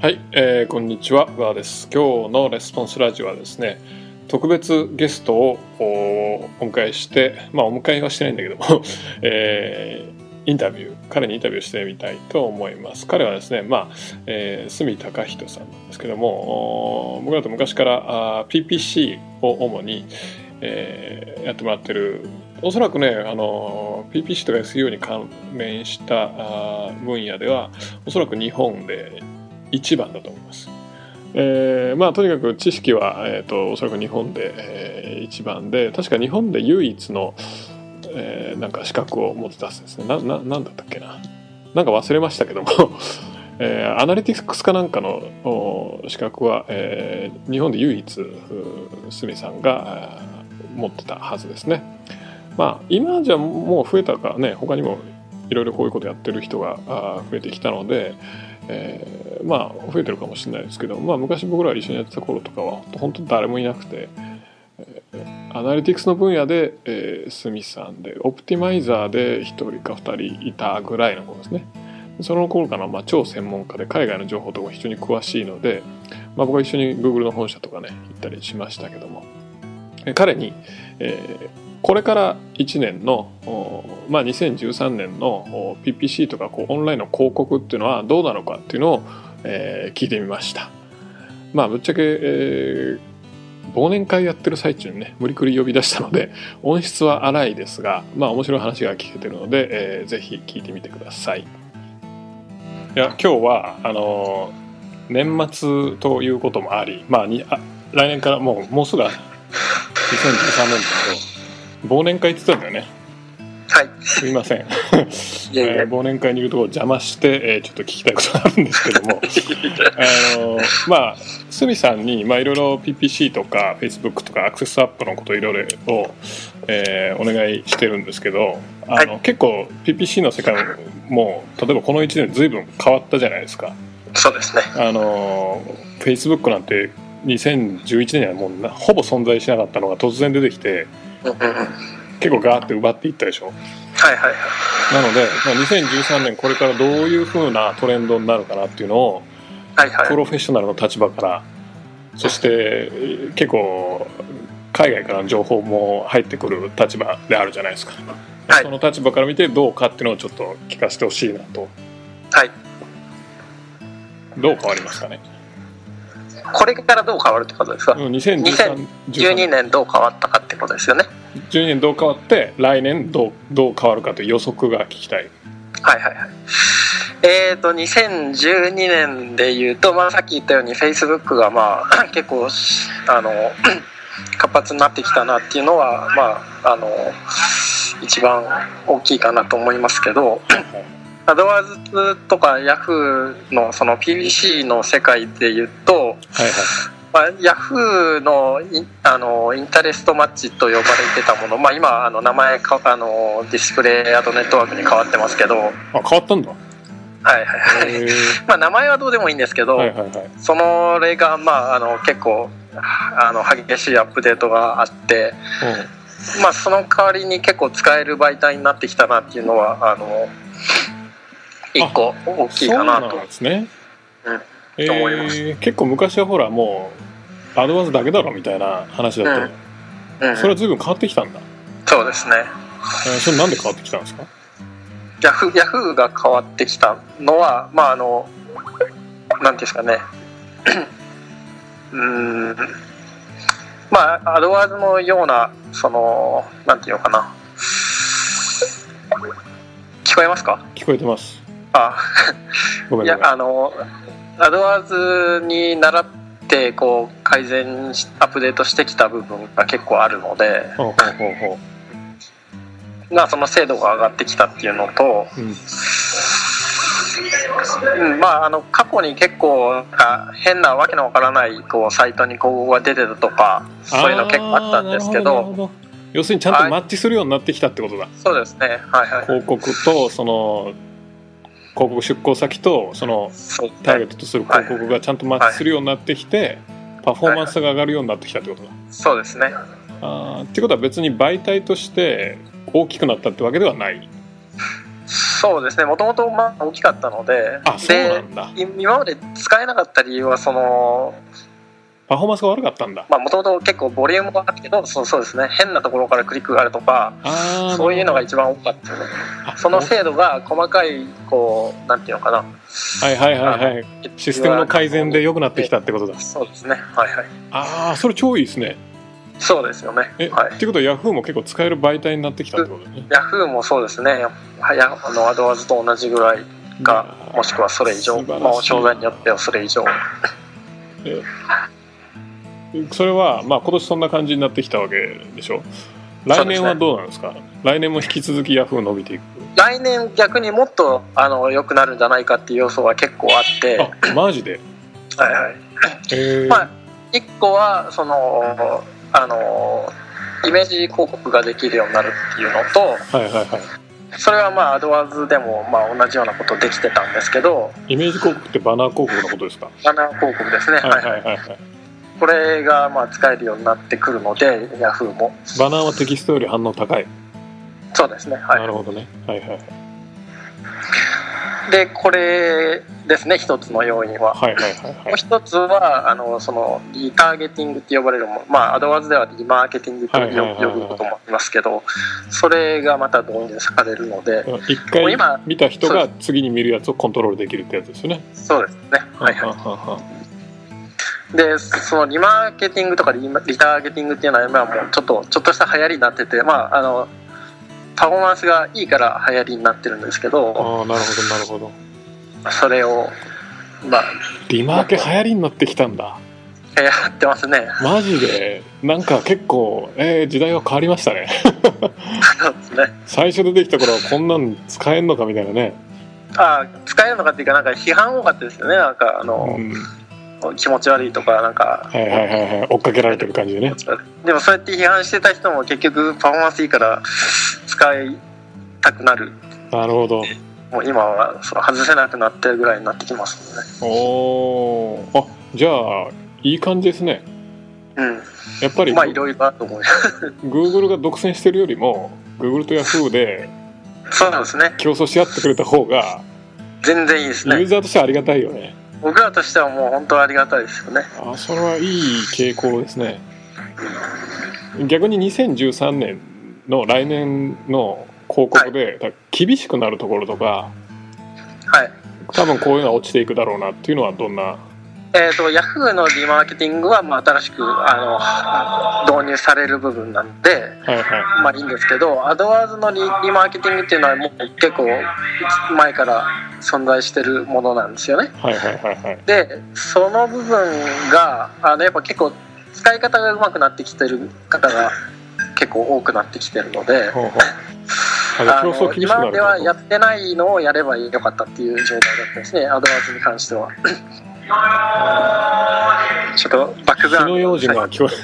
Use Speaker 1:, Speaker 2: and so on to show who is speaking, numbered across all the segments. Speaker 1: はい、えーこんにちは、わーです。今日のレスポンスラジオはですね、特別ゲストをおお迎えして、まあお迎えはしてないんだけども、 えーインタビュー、彼にインタビューしてみたいと思います。彼はですね、まあ、えー、住田隆人さんなんですけども、お僕らと昔からあー PPC を主に、えーやってもらってるおそらくねあの PPC とか SEO に関連したあー分野ではおそらく日本で一番だと思います。えーまあ、とにかく知識は、えー、とおそらく日本で、えー一番で確か日本で唯一の、えーなんか資格を持ってたんですねなななんだったっけななんか忘れましたけども、 えーアナリティクスかなんかのお資格は、えー日本で唯一うスミさんがあー持ってたはずですね。まあ、今じゃもう増えたからね他にもいろいろこういうことやってる人があー増えてきたので、えーまあ増えてるかもしれないですけど、まあ、昔僕ら一緒にやってた頃とかは本当誰もいなくて、えーアナリティクスの分野で、えー、スミスさんでオプティマイザーで1人か2人いたぐらいの頃ですねその頃からまあ超専門家で海外の情報とか非常に詳しいので、まあ、僕は一緒に Google の本社とかね行ったりしましたけどもえー彼に、えーこれから1年の、おまあ、2013年のお PPC とかこうオンラインの広告っていうのはどうなのかっていうのを、えー聞いてみました。まあ、ぶっちゃけ、えー忘年会やってる最中にね無理くり呼び出したので 音質は荒いですが、まあ、面白い話が聞けてるので、えーぜひ聞いてみてください。いや今日はあのー年末ということもあり、まあ、にあ来年からもうもうすぐ2013年だけど忘年会って言ってたんだよね
Speaker 2: はい。
Speaker 1: すいません。
Speaker 2: いやい
Speaker 1: え
Speaker 2: や
Speaker 1: ー、忘年会にいるところを邪魔して、えーちょっと聞きたいことがあるんですけ どもあのーまあ鷲見さんにまあいろいろ PPC とか Facebook とかアクセスアップのこといろいろを、えーお願いしてるんですけどあの、
Speaker 2: は
Speaker 1: 結構 PPC の世界ももう例えばこの1年ずいぶん変わったじゃないですか。
Speaker 2: そうですね。
Speaker 1: あのー Facebook なんて2011年にはもうなほぼ存在しなかったのが突然出てきて
Speaker 2: うんうんうん。はい
Speaker 1: 結構ガーって奪っていったでしょ。
Speaker 2: はいはい。
Speaker 1: なので、まあ、2013年これからどういう風なトレンドになるかなっていうのを
Speaker 2: はいはい。
Speaker 1: プロフェッショナルの立場からそしてえー結構海外からの情報も入ってくる立場であるじゃないですか、
Speaker 2: はい
Speaker 1: その立場から見てどうかっていうのをちょっと聞かせてほしいなと
Speaker 2: はい。
Speaker 1: どう変わりますかね
Speaker 2: これからどう変わるってことですか。
Speaker 1: 2013
Speaker 2: 12
Speaker 1: 13
Speaker 2: 年どう変わったかってことですよね。
Speaker 1: 12年どう変わって来年どうどう変わるかという予測が聞きたい
Speaker 2: はいはいはい。えー、と2012年でいうと、まあ、さっき言ったようにフェイスブックが、まあ、 結構しあの 活発になってきたなっていうのは、まあ、あの一番大きいかなと思いますけど アドワーズとかヤフーのその PBC の世界で言うと、
Speaker 1: はいはい
Speaker 2: まあ、ヤフーのインあのインタレストマッチと呼ばれてたもの、まあ、今あの名前かあのディスプレイアドネットワークに変わってますけど、はい
Speaker 1: あ変わったんだ、
Speaker 2: はいはい
Speaker 1: へー
Speaker 2: まあ、名前はどうでもいいんですけど、
Speaker 1: はいはいはい
Speaker 2: その例が、まあ、あの結構あの激しいアップデートがあって、まあ、その代わりに結構使える媒体になってきたなっていうのはあの一個
Speaker 1: う
Speaker 2: 大
Speaker 1: ん、
Speaker 2: きい
Speaker 1: そう
Speaker 2: かな
Speaker 1: な
Speaker 2: と
Speaker 1: んですね
Speaker 2: うん
Speaker 1: え
Speaker 2: と思います
Speaker 1: ー結構昔はほらもうアドバンスだけだろみたいな話だった、
Speaker 2: う、ん、
Speaker 1: それ
Speaker 2: そ
Speaker 1: は随分変わってきたんだ、
Speaker 2: うですね
Speaker 1: えーそれなんで変わってきたんですか
Speaker 2: ヤフーヤフーが変わってきたのはまああのなんていうんですかねうーんまあアドワーズのようなそのなんていうのかな聞こえますか
Speaker 1: 聞こえてます
Speaker 2: あ
Speaker 1: ごめんごめ
Speaker 2: い
Speaker 1: ん
Speaker 2: やあのアドワーズに習ってこう改善しアップデートしてきた部分が結構あるので、
Speaker 1: ほうほうほうほ
Speaker 2: まあ、その精度が上がってきたっていうのと、
Speaker 1: う、うん、
Speaker 2: うんまあ、あの過去に結構なんか変なわけのわからないこうサイトに広告が出てたとかそういうの結構あったんですけ
Speaker 1: あーなる
Speaker 2: ど
Speaker 1: ほどなるほど要するにちゃんとマッチするようになってきたってことだ、
Speaker 2: そうですねはいはい
Speaker 1: 広告とその広告出向先とその
Speaker 2: そう
Speaker 1: ターゲットとする広告がちゃんとマッチするようになってきて、パフォーマンスが上がるようになってきたってことだ、
Speaker 2: そうですね
Speaker 1: あーってことは別に媒体として大きくなったってわけではない
Speaker 2: そうですねもともとまあ大きかったので
Speaker 1: あそうなんだ
Speaker 2: でい今まで使えなかった理由はその
Speaker 1: パフォーマンスが悪かったんだ
Speaker 2: まあもともと結構ボリュームがあるけどそうそうですね変なところからクリックがあるとか
Speaker 1: あー
Speaker 2: そういうのが一番多かったので
Speaker 1: あ
Speaker 2: その精度が細かいこうなんていうのかな
Speaker 1: はいはいはいはいシステムの改善で良くなってきたってことだ
Speaker 2: そうですねはいはい
Speaker 1: ああそれ超いいですね
Speaker 2: そうですよね
Speaker 1: え、
Speaker 2: はい
Speaker 1: ってことはヤフーも結構使える媒体になってきたってことだね
Speaker 2: ヤフーもそうですね、はやあのアドワーズと同じぐらいか、もしくはそれ以上、
Speaker 1: 素晴らしい
Speaker 2: まあ、商材によってはそれ以上、
Speaker 1: それはまあ今年そんな感じになってきたわけでしょ来年はどうなんですか来年も引き続きヤフー伸びていく
Speaker 2: 来年、逆にもっとあの良くなるんじゃないかっていう予想は結構あって、は
Speaker 1: あマジで
Speaker 2: いはい、
Speaker 1: えー
Speaker 2: まあ1個はそのあの、イメージ広告ができるようになるっていうのと、
Speaker 1: はいはいは
Speaker 2: それはまあアドワーズでもまあ同じようなことできてたんですけど、
Speaker 1: いイメージ広告ってバナー広告のことですか
Speaker 2: バナー広告ですね、
Speaker 1: はい
Speaker 2: はい
Speaker 1: はいはいはい
Speaker 2: これがまあ使えるようになってくるので、ヤフーも。
Speaker 1: バナーはテキストより反応高い、
Speaker 2: そうですね、はい
Speaker 1: なるほどねはいはい
Speaker 2: でこれですね一つの要因は、
Speaker 1: はいはいはい
Speaker 2: もう一つはあのそのリターゲティングって呼ばれるものまあアドワーズではリマーケティングと
Speaker 1: はいはいはい
Speaker 2: よ
Speaker 1: はい
Speaker 2: 呼ぶこともありますけどそれがまた導入されるので
Speaker 1: はい一
Speaker 2: もう
Speaker 1: 回
Speaker 2: 今
Speaker 1: 見た人が次に見るやつをコントロールできるってやつですよね
Speaker 2: そうですねはい
Speaker 1: は
Speaker 2: は
Speaker 1: ははい
Speaker 2: でそのリマーケティングとかリマリターゲティングっていうのは今もうちょっとちょっとした流行りになっててまああのパフォーマンスがいいから流行りになってるんですけど
Speaker 1: ああなるほどなるほど
Speaker 2: それをまあ
Speaker 1: リマーケ流行りになってきたんだ
Speaker 2: やってますね
Speaker 1: マジでなんか結構、えー時代は変わりましたね
Speaker 2: そうですね
Speaker 1: 最初出てきた頃はこんなん使えんのかみたいなね、
Speaker 2: あ使えるのかっていうかなんか批判多かったですよねなんかあの、
Speaker 1: うん、
Speaker 2: 気持ち悪いとかなんか、
Speaker 1: はいはいはいはい追っかけられてる感じでね
Speaker 2: でもそうやって批判してた人も結局パフォーマンスいいから使いたくなる
Speaker 1: なるほど
Speaker 2: もう今はその外せなくなってるぐらいになってきますも
Speaker 1: おーあじゃあいい感じですね
Speaker 2: んね
Speaker 1: やっぱ
Speaker 2: う
Speaker 1: り
Speaker 2: んまあいろいろあると思います
Speaker 1: Google が独占してるよりも Google と Yahoo で
Speaker 2: そうなんですね
Speaker 1: 競争し合ってくれた方が
Speaker 2: 全然いいです
Speaker 1: ユー
Speaker 2: ね
Speaker 1: ザーとしてはありがたいよね
Speaker 2: 僕らとしてはもう本当ありがたいですよね
Speaker 1: あそれはいい傾向ですね逆に2013年の来年の広告で、だから厳しくなるところとか
Speaker 2: はい
Speaker 1: 多分こういうのは落ちていくだろうなっていうのはどんな
Speaker 2: えー、と Yahoo のリマーケティングはまあ新しくあの導入される部分なんで、
Speaker 1: はいは
Speaker 2: まあいいんですけど、アドワーズのリリマーケティングっていうのはもう結構前から存在してるものなんですよね。
Speaker 1: いはいはいはいはい
Speaker 2: で、その部分が、あのやっぱ結構使い方が上手くなってきてる方が結構多くなってきてるので、
Speaker 1: ほうほうあじゃあ
Speaker 2: あ
Speaker 1: 競
Speaker 2: の
Speaker 1: 争厳しく
Speaker 2: 今
Speaker 1: な
Speaker 2: ま
Speaker 1: る
Speaker 2: ではやってないのをやればよかったっていう状態だったんですね、アドワーズに関しては。ちょっとバックグ
Speaker 1: 火
Speaker 2: ラウンド
Speaker 1: の用心が
Speaker 2: はい
Speaker 1: 聞こ
Speaker 2: す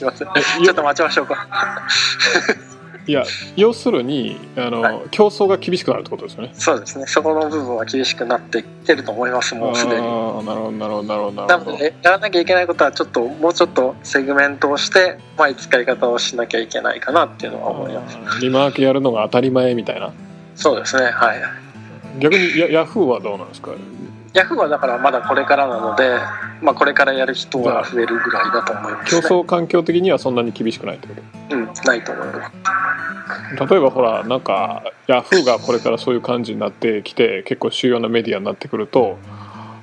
Speaker 2: いません。
Speaker 1: え
Speaker 2: ちょっと待ちましょうか。
Speaker 1: えいや要するにあの、
Speaker 2: は
Speaker 1: 競争が厳しくなるってことですよね
Speaker 2: そうですね、そこの部分は厳しくなってきてると思います、もうすでに。
Speaker 1: あーなるほどなるほどなるほどな
Speaker 2: な
Speaker 1: る
Speaker 2: の
Speaker 1: ほど
Speaker 2: でやらなきゃいけないことはちょっともうちょっとセグメントをしてうまい使い方をしなきゃいけないかなっていうのは思います
Speaker 1: あーリマーケやるのが当たり前みたいな
Speaker 2: そうですねはい
Speaker 1: 逆にヤヤフーはどうなんですか
Speaker 2: ヤフーはだからまだこれからなので、まあ、これからやる人が増えるぐらいだと思いま
Speaker 1: 競
Speaker 2: す、ね、
Speaker 1: 争環境的にはそんなに厳しくないってこと
Speaker 2: うんないと思います
Speaker 1: 例えばほらなんかヤフーがこれからそういう感じになってきて結構主要なメディアになってくると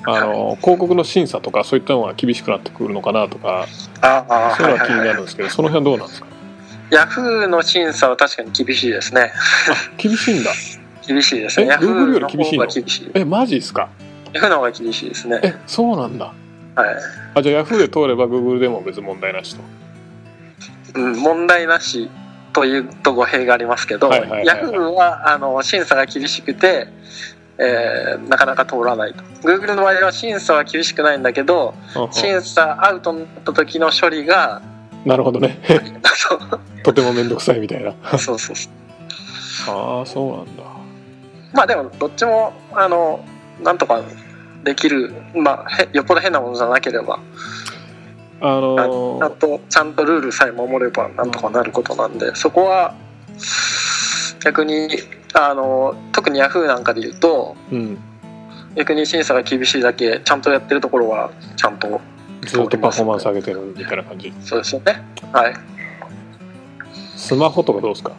Speaker 1: あの広告の審査とかそういったのが厳しくなってくるのかなとか
Speaker 2: ああ
Speaker 1: そういうの
Speaker 2: は
Speaker 1: は
Speaker 2: い
Speaker 1: 気にな
Speaker 2: はいはい
Speaker 1: るんですけどその辺はどうなんですか
Speaker 2: ヤフーの審査は確かに厳しいですね
Speaker 1: 厳しいんだ
Speaker 2: 厳しいですね
Speaker 1: え
Speaker 2: ヤフ
Speaker 1: Google よ
Speaker 2: ー
Speaker 1: り
Speaker 2: の
Speaker 1: 厳しい
Speaker 2: 方
Speaker 1: の
Speaker 2: が厳しい
Speaker 1: えマジですか
Speaker 2: ヤフーの方が厳しいですね
Speaker 1: えそうなんだ
Speaker 2: はい、
Speaker 1: あじゃあヤフーで通ればグーグルでも別に問題なしと
Speaker 2: うん、問題なしというと語弊がありますけど、
Speaker 1: はいはいはいはい
Speaker 2: ヤフーはあの審査が厳しくて、えーなかなか通らないと Google の場合は審査は厳しくないんだけど
Speaker 1: うんうん
Speaker 2: 審査アウトになった時の処理が
Speaker 1: なるほどね
Speaker 2: そう
Speaker 1: とても面倒くさいみたいな
Speaker 2: そうそうそう
Speaker 1: ああそうなんだ
Speaker 2: まあでもどっちもあのなんとかできる、まあ、へよっぽど変なものじゃなければ
Speaker 1: あのー
Speaker 2: あちゃんとちゃんとルールさえ守ればなんとかなることなんでそこは逆にあの特にヤフーなんかで言うと
Speaker 1: うん。
Speaker 2: 逆に審査が厳しいだけちゃんとやってるところはちゃんと
Speaker 1: ずっとパフォーマンス上げてるみたいな感じ。
Speaker 2: そうですよねはい
Speaker 1: スマホとかどうですか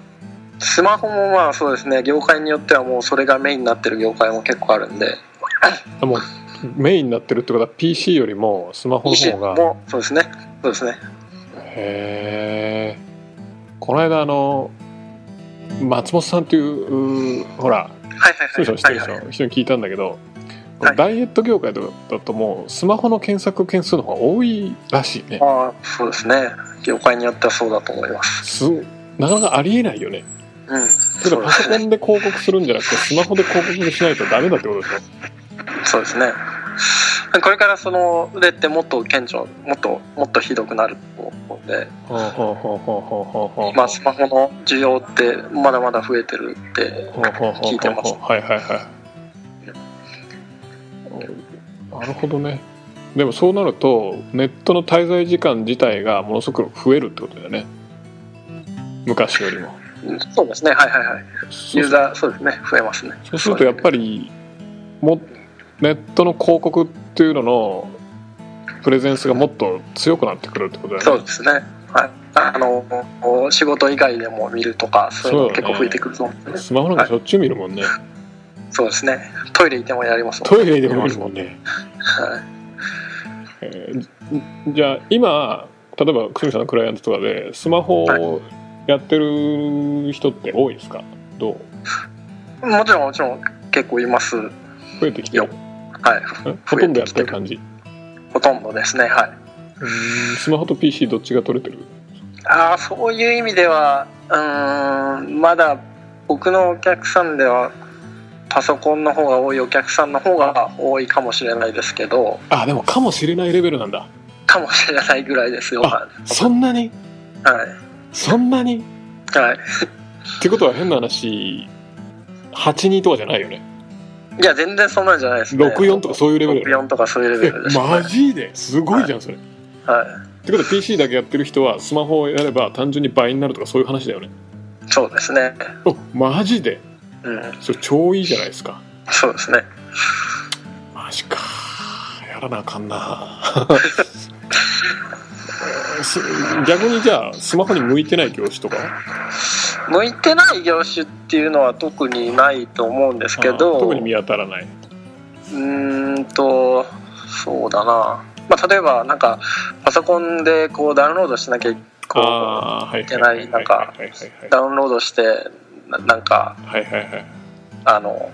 Speaker 2: スマホもまあそうですね業界によってはもうそれがメインになってる業界も結構あるんで
Speaker 1: あもうメインになってるってことは PC よりもスマホの
Speaker 2: PC
Speaker 1: 方が。
Speaker 2: もそうですねそうですね
Speaker 1: へえ。この間あの、松本さんっていう、うーほら、
Speaker 2: はいはい
Speaker 1: そうでしょ、知って
Speaker 2: はい
Speaker 1: るで
Speaker 2: はいはい
Speaker 1: しょ、人に聞いたんだけど、
Speaker 2: はい
Speaker 1: ダイエット業界だともうスマホの検索件数の方が多いらしいね。
Speaker 2: ああそうですね業界によってはそうだと思います
Speaker 1: すなかなかありえないよね。
Speaker 2: うん
Speaker 1: 例え
Speaker 2: そ
Speaker 1: ば
Speaker 2: うで
Speaker 1: パソ
Speaker 2: す
Speaker 1: コ
Speaker 2: ね
Speaker 1: ンで広告するんじゃなくてスマホで広告しないとダメだってことでしょ
Speaker 2: そうですねこれからその例ってもっと顕著もっともっとひどくなると思うんで
Speaker 1: ほうほうほうほうほうほうほう
Speaker 2: まあ、スマホの需要ってまだまだ増えてるって
Speaker 1: ほうほうほうほう
Speaker 2: 聞いてます
Speaker 1: はいはいはいなるほどねでもそうなるとネットの滞在時間自体がものすごく増えるってことだよね昔よりも
Speaker 2: そうですねはいはいはい
Speaker 1: そう
Speaker 2: ユーザーそうですね増えますね
Speaker 1: そうするとやっぱりもネットの広告っていうののプレゼンスがもっと強くなってくるってことだよね
Speaker 2: そうですねはいあの仕事以外でも見るとかそういうの結構増えてくると思うんですね
Speaker 1: スマホなんかしょっちゅう見るもんね、
Speaker 2: そうですねトイレいてもやりますもん
Speaker 1: トイレでも見るもんね
Speaker 2: はい
Speaker 1: えーじゃあ今例えば久住さんのクライアントとかでスマホをやってる人って多いですかどう
Speaker 2: もちろんもちろん結構いますはい
Speaker 1: 増えてきてるえほとんどやってる感じう
Speaker 2: ほとんどですねはい
Speaker 1: ーんスマホと PC どっちが取れてる
Speaker 2: ああそういう意味ではうーんまだ僕のお客さんではパソコンの方が多いお客さんの方が多いかもしれないですけど
Speaker 1: あでもかもしれないレベルなんだ
Speaker 2: かもしれないぐらいですよ
Speaker 1: あ
Speaker 2: は
Speaker 1: そんなに
Speaker 2: いはい
Speaker 1: そんなに
Speaker 2: は
Speaker 1: っ
Speaker 2: い
Speaker 1: てことは変な話82とかじゃないよね
Speaker 2: いや全然そんなんじゃないですね
Speaker 1: 64とかそういうレベル
Speaker 2: 64とかそういうレベルで
Speaker 1: え
Speaker 2: す、
Speaker 1: マジですごいじゃんそれ、
Speaker 2: は
Speaker 1: ってことは PC だけやってる人はスマホをやれば単純に倍になるとかそういう話だよね
Speaker 2: いそうですね
Speaker 1: おマジで
Speaker 2: うん
Speaker 1: それ超いいじゃないですか
Speaker 2: そうですね
Speaker 1: マジかやらなあかん なえーす逆にじゃあスマホに向いてない業種とか
Speaker 2: 向いてない業種っていうのは特にないと思うんですけ
Speaker 1: あ
Speaker 2: ど
Speaker 1: ー特に見当たらないう
Speaker 2: ーんとそうだな、まあ、例えばなんかパソコンでこうダウンロードしなきゃこ
Speaker 1: ああはい
Speaker 2: じゃないなんか
Speaker 1: はいはいう
Speaker 2: ダウンロードしてななんか
Speaker 1: はいはいはいはい
Speaker 2: あの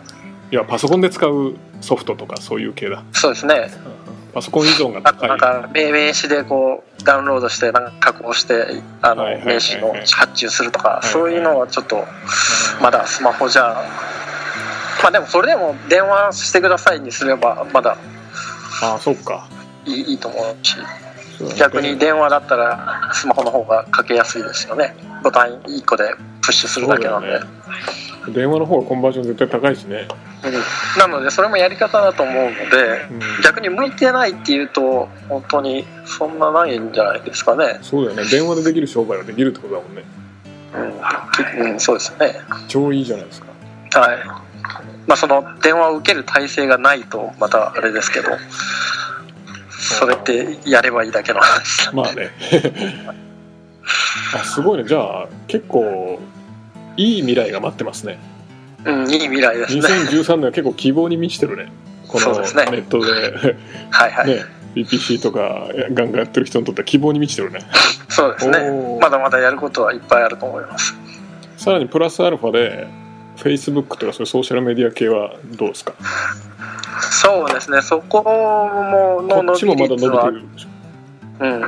Speaker 1: いやパソコンで使うソフトとかそういう系だ
Speaker 2: そうですね
Speaker 1: パソコン依存が
Speaker 2: なんか
Speaker 1: 高い
Speaker 2: なんか名名刺でこうダウンロードしてなんか加工してあの
Speaker 1: はいはいはいはい
Speaker 2: 名刺の発注するとか
Speaker 1: いはい
Speaker 2: そういうのはちょっと
Speaker 1: うん
Speaker 2: まだスマホじゃまあでもそれでも電話してくださいにすればまだ
Speaker 1: ああそっか
Speaker 2: いいいいと思うし逆に電話だったらスマホの方がかけやすいですよねボタン1個でプッシュするだけなんで、
Speaker 1: そうだよ電話の方がコンバージョン絶対高いしね、
Speaker 2: うんなのでそれもやり方だと思うので
Speaker 1: うん、
Speaker 2: 逆に向いてないっていうと本当にそんなないんじゃないですかね
Speaker 1: そうだよね電話でできる商売ができるってことだもんね
Speaker 2: うん、うん、そうですね
Speaker 1: 超いいじゃないですか
Speaker 2: はいまあその電話を受ける体制がないとまたあれですけどそれってやればいいだけの話
Speaker 1: まあ ねあすごいねじゃあ結構いい未来が待ってます ね
Speaker 2: うんいい未来ですね
Speaker 1: 2013年は結構希望に満ちてるねこの
Speaker 2: そう
Speaker 1: ネ
Speaker 2: ですね
Speaker 1: ットで
Speaker 2: はいはい、
Speaker 1: ね BPC とかガンガンやってる人にとっては希望に満ちてるね
Speaker 2: そうですね
Speaker 1: おー
Speaker 2: まだまだやることはいっぱいあると思います
Speaker 1: さらにプラスアルファで Facebook とかそういうソーシャルメディア系はどうですか
Speaker 2: そうですね、そこもの
Speaker 1: こっち
Speaker 2: 伸
Speaker 1: もま
Speaker 2: び
Speaker 1: だ伸
Speaker 2: 率
Speaker 1: びて
Speaker 2: は、
Speaker 1: るでしょ
Speaker 2: うん、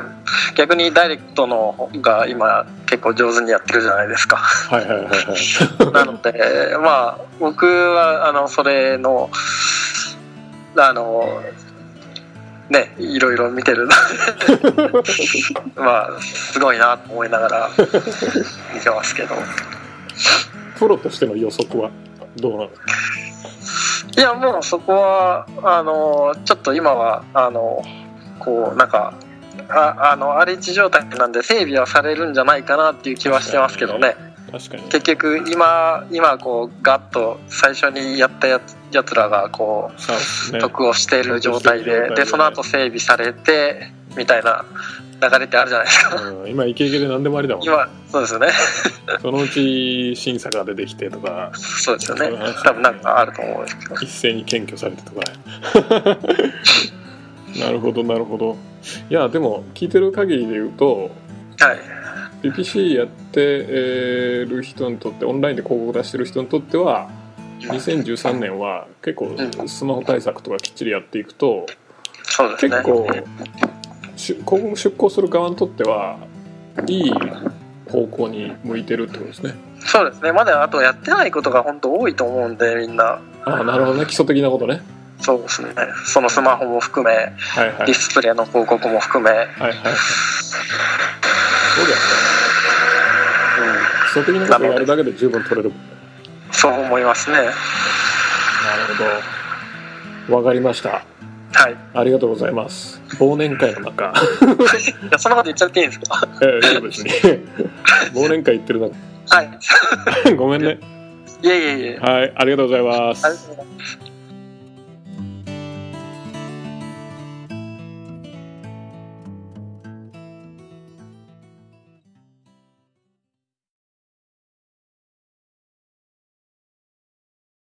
Speaker 2: 逆にダイレクトの方が今結構上手にやってるじゃないですか。
Speaker 1: はいはいはいはい
Speaker 2: なので、まあ僕はあのそれのあのね、いろいろ見てるのでまあすごいなと思いながら見てますけど
Speaker 1: プロとしての予測はどうなの
Speaker 2: いやもうそこはあのちょっと今はあのこうなんかああの荒れ地状態なんで整備はされるんじゃないかなっていう気はしてますけどね
Speaker 1: 確かに。
Speaker 2: 結局今今こうガッと最初にやったやつやつらがこ
Speaker 1: そうです
Speaker 2: う
Speaker 1: ね。
Speaker 2: 得をしている状態
Speaker 1: 得をしてい
Speaker 2: で
Speaker 1: る状態で
Speaker 2: でその後整備されてみたいな流れってあるじゃないですか
Speaker 1: うん今イケイケで何でもありだもんね。
Speaker 2: 今そうですよね
Speaker 1: そのうち審査が出てきてとか、
Speaker 2: そうですよね多分なんかあると思うんですけど
Speaker 1: 一斉に検挙されてとか。なるほど、なるほど。いや、でも聞いてる限りで言うと、
Speaker 2: はい
Speaker 1: PPC やってえーる人にとってオンラインで広告出してる人にとっては2013年は結
Speaker 2: う
Speaker 1: 構スマホ対策とかきっちりやっていくと
Speaker 2: そうですね
Speaker 1: 結構し広告出稿する側にとってはいい方向に向いてるってことですね
Speaker 2: そうですねまだあとやってないことが本当多いと思うんでみんな
Speaker 1: ああなるほどね基礎的なことね
Speaker 2: そうですねそのスマホも含め
Speaker 1: はいはいはい
Speaker 2: ディスプレイの広告も含め、うん、
Speaker 1: はいはいそうだよね基礎的なことやるだけで十分取れるもんね
Speaker 2: そう思いますね
Speaker 1: なるほどわかりました
Speaker 2: はい
Speaker 1: ありがとうございます忘年会の中
Speaker 2: いやそんなこと言っちゃっていいんですか
Speaker 1: ええ、いいよ別に。 忘年会行ってる
Speaker 2: はい
Speaker 1: な。ごめんね。
Speaker 2: いえいえいえ、
Speaker 1: はい、ありがとうございま
Speaker 2: ありが
Speaker 1: す
Speaker 2: と。うございます